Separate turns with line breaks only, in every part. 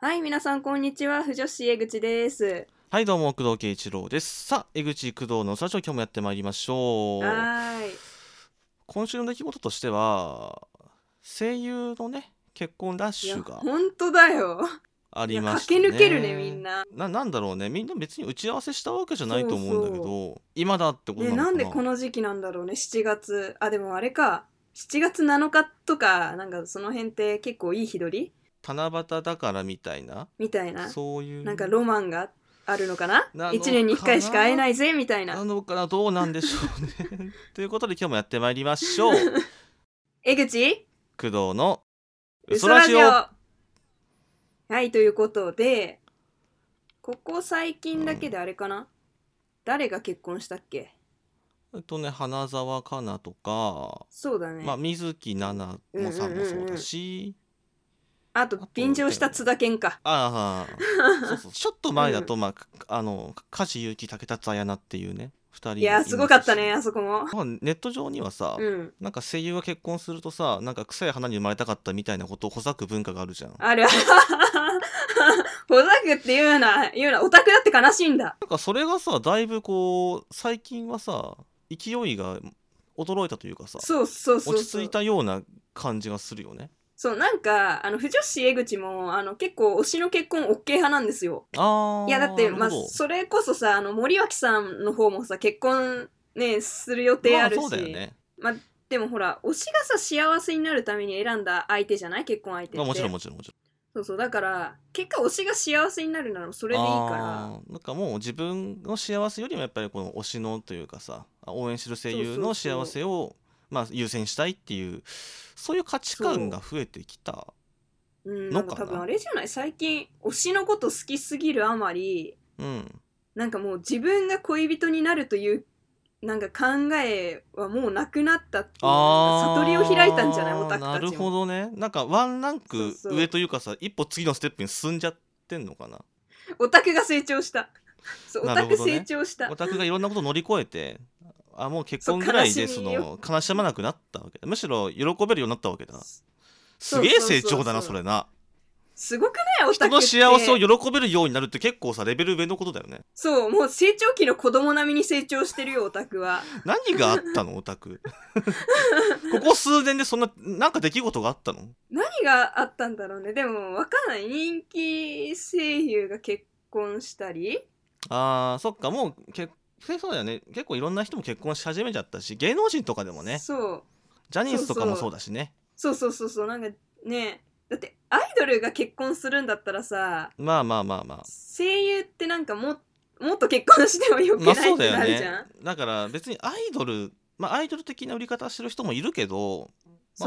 はい、皆さん、こんにちは。不女子江口です。
はいどうも工藤圭一郎ですさあ江口工藤の社長今日もやってまいりましょう
はーい。
今週の出来事としては声優のね結婚ラッ
い
シ
や、
ュが
本当だよ。
あ
い
り
や、
ま
駆
して、
け
ね、
抜けるね、みんな。
ななんだろうねみんな別に打ち合わせしたわけじゃないと思うんだけど
そ
今だってことな
ね、
のかな
なんでこの時期なんだろうね、7月。あ、でもあれか。7月7日とか、なんかその辺って結構いい日取り
七夕だからみたいな
みたいな。
そういう
なんかロマンがあるのかな
なのかな
?1 年に1回しか会えないぜ、みたい
な
な。
のかなどうなんでしょ うねということで今日もやってまいりましょう
江口
工藤 の
嘘ラジオはい、ということで、ここ最近だけであれかな、誰が結婚したっけ
えっとね花澤香菜とか
そうだね。
まあ、水木奈々もさんもそうだし、
あと
あと、
便乗した津田健か。
ああそ うそうちょっと前だと、まあか、あの梶裕貴武田綾菜っていうね2人
い
い
や、
ます
す
し
ごかったね、あそこも。
まあネット上にはさ、
うん。
なんか声優が結婚するとさなんか臭い花に生まれたかったみたいなことをほざく文化があるじゃんな
ある。 ほざくって言うな、言うな、オタクだって悲しいんだ。
んかそれがさだいぶこう最近はさ勢いが衰えたというかさ
そうそうそうそう。
落ち着いたような感じがするよね
そう、なんか、あの、不女子江口も、あの、結構、推しの結婚 OK 派なんですよ。
あー
いや、だって、ま
な
あ
るほど、
それこそさ、あの、森脇さんの方もさ、結婚ね、する予定あるし。
まあ、そうだよね、
まあでもほら推しがさ幸せになるために選んだ相手じゃない結婚相手って、
まあ、もちろんもちろんもちろん
そうそうだから結果推しが幸せになるならそれでいいから
あーなんかもう自分の幸せよりもやっぱりこの推しのというかさ応援する声優の
そうそうそう
幸せをまあ優先したいっていうそういう価値観が増えてきた
うんな
の
ん
か
か
な
多分あれじゃない最近推しのこと好きすぎるあまり
うん
なんかもう自分が恋人になるというなんか考えはもうなくなったっていうなん
あ
か
ー
悟りを開いたんじゃないオタクたちも
なるほどねなんかワンランク
そうそう
上というかさ一歩次のステップに進んじゃってんのかな
オタクが成長したそうオ
なる
タ
ほどね
ク成長した、
オタクがいろんなこと乗り越えてあもう結婚
そう
ぐらいで
悲し
そ
みを
の悲しまなくなったわけだむしろ喜べるようになったわけだ
そ
す
う
げえ
そうそう
成長だな
そう
それな
すごく ないオタク
人
っ
の
て
幸せを喜べるようになるって結構さレベル上のことだよ ね
そうもう成長期の子供並みに成長してるよオタクは
何があったのオタ クここ数年でそんななんか出来事があったの
何があったんだろうねでもわかんない人気声優が結婚したり
あーそっかもう結そうだよね結構いろんな人も結婚し始めちゃったし芸能人とかでもね
そう
ジャニーズとかも
そそ
そう
う
うだしね
そうそうそうそうなんかねだってアイドルが結婚するんだったらさ
まあまあまあまあ
声優ってなんかももっと結婚してもよく
ま
な
あ
い
そ
っ
うだ
て
よ
なるじ
ね
ゃん、
だから別にアイドルまあアイドル的な売り方してる人もいるけど、ま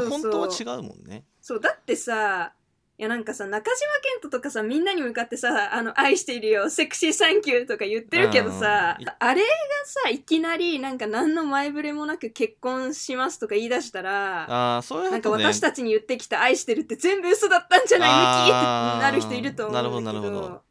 そ
あ、
うそう
本当は違うもんね
そうだってさいやなんかさ中島健人とかさみんなに向かってさ「あの愛しているよセクシーサンキュー」とか言ってるけどさ
うん
あれがさいきなりなんか何の前触れもなく結婚しますとか言い出したら
ああ そういう
なん
こ
か
とね
私たちに言ってきた愛してるって全部嘘だったんじゃ
あー
ないのきってなる人いると思うんだけど
なるほどなるほど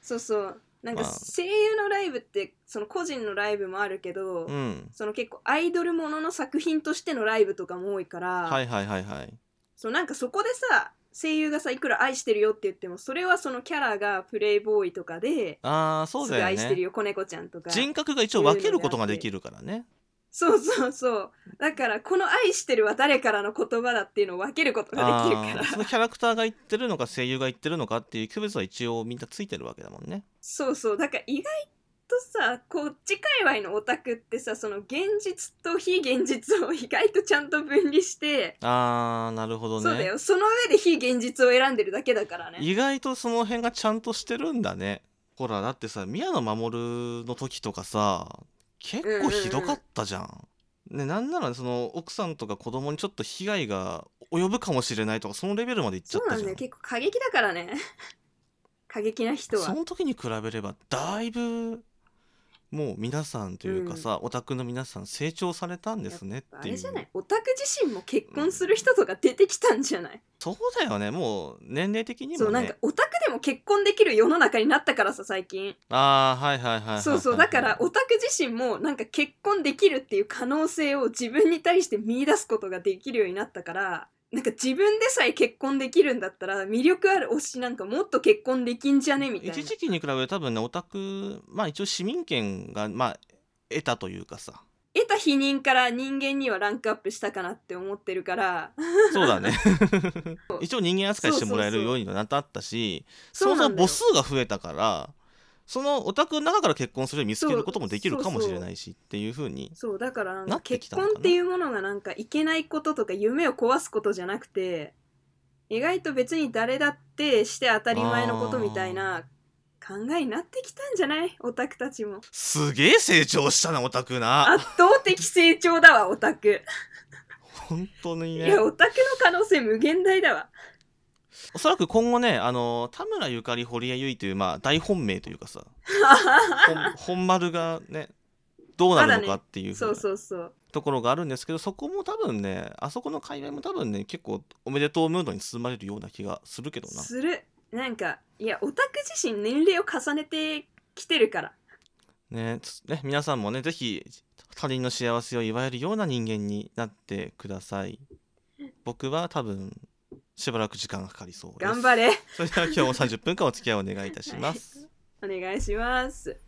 そうそうなんか
まあ
声優のライブってその個人のライブもあるけど、
うん
その結構アイドルものの作品としてのライブとかも多いから、
はいはいはいはい
そうなんかそこでさ声優がさいくら愛してるよって言ってもそれはそのキャラがプレイボーイとかで
ああそう
す
だ
ぐ
よね
愛してるよ子猫ちゃんとか
人格が一応分けることができるからね。
そうそうそうだからこの「愛してる」は誰からの言葉だっていうのを 分けることができるか
あ
ら
ーそのキャラクターが言ってるのか声優が言ってるのかっていう区別は一応みんなついてるわけだもんね。
そうそうだから意外とさこっち界隈のオタクってさその現実と非現実を意外とちゃんと分離して
あーなるほど
そう,、
ね。
だよその上で非現実を選んでるだけだからね
意外とその辺がちゃんとしてるんだね。ほらだってさ宮野真守の時とかさ結構ひどかったじゃん。ね、なんならその奥さんとか子供にちょっと被害が及ぶかもしれないとかそのレベルまでいっち
そ
ゃっ
うな
た
ん
じゃ
だ
ん
よ結構過激だからね 過激な人
そ
は
の時に比べればだいぶもう皆さんというかさ、オタクの皆さん成長されたんですねっ
あ
てい
れ
う
じゃないオタク自身も結婚する人とか出てきたんじゃない、
そうだよねもう年齢的にもね
そうなんかオタクでも結婚できる世の中になったからさ最近
ああはいはいはいはいはい
そうそうだからオタク自身もなんか結婚できるっていう可能性を自分に対して見出すことができるようになったからなんか自分でさえ結婚できるんだったら魅力ある推しなんかもっと結婚できんじゃねみたいな
一時期に比べて多分ねオタクまあ一応市民権がまあ得たという かさ
得た否認から人間にはランクアップしたかなって思ってるから
そうだね一応人間扱いしてもらえるようになったし
そう
そ
な
も
ん
そ
だよ
も母数が増えたからそのオタクの中から結婚する人を見つけることもできるかもしれないしっていうふうに
そうだからなんか
なって
結
きたのか
婚
な
っていうものがなんかいけないこととか夢を壊すことじゃなくて意外と別に誰だってして当たり前のことみたいな考えになってきたんじゃないオタクたちも
すげえ成長したなオタクな
圧倒的成長だわオタク
本当に
い
ね
やオタクの可能性無限大だわ
おそらく今後ねあの田村ゆかり堀江由衣というまあ大本命という かさ本本丸がねどうなるのかっていうふう
そ
な
うそうそう
ところがあるんですけどそこも多分ねあそこの界隈も多分ね結構おめでとうムードに包まれるような気がするけどな
するなんかいやオタク自身年齢を重ねてきてるから
ねつね皆さんもねぜひ他人の幸せを祝えるような人間になってください僕は多分しばらく時間がかかりそうです
頑張れ
それでは今日も30分間お付き合いをお願いいたします
お願いします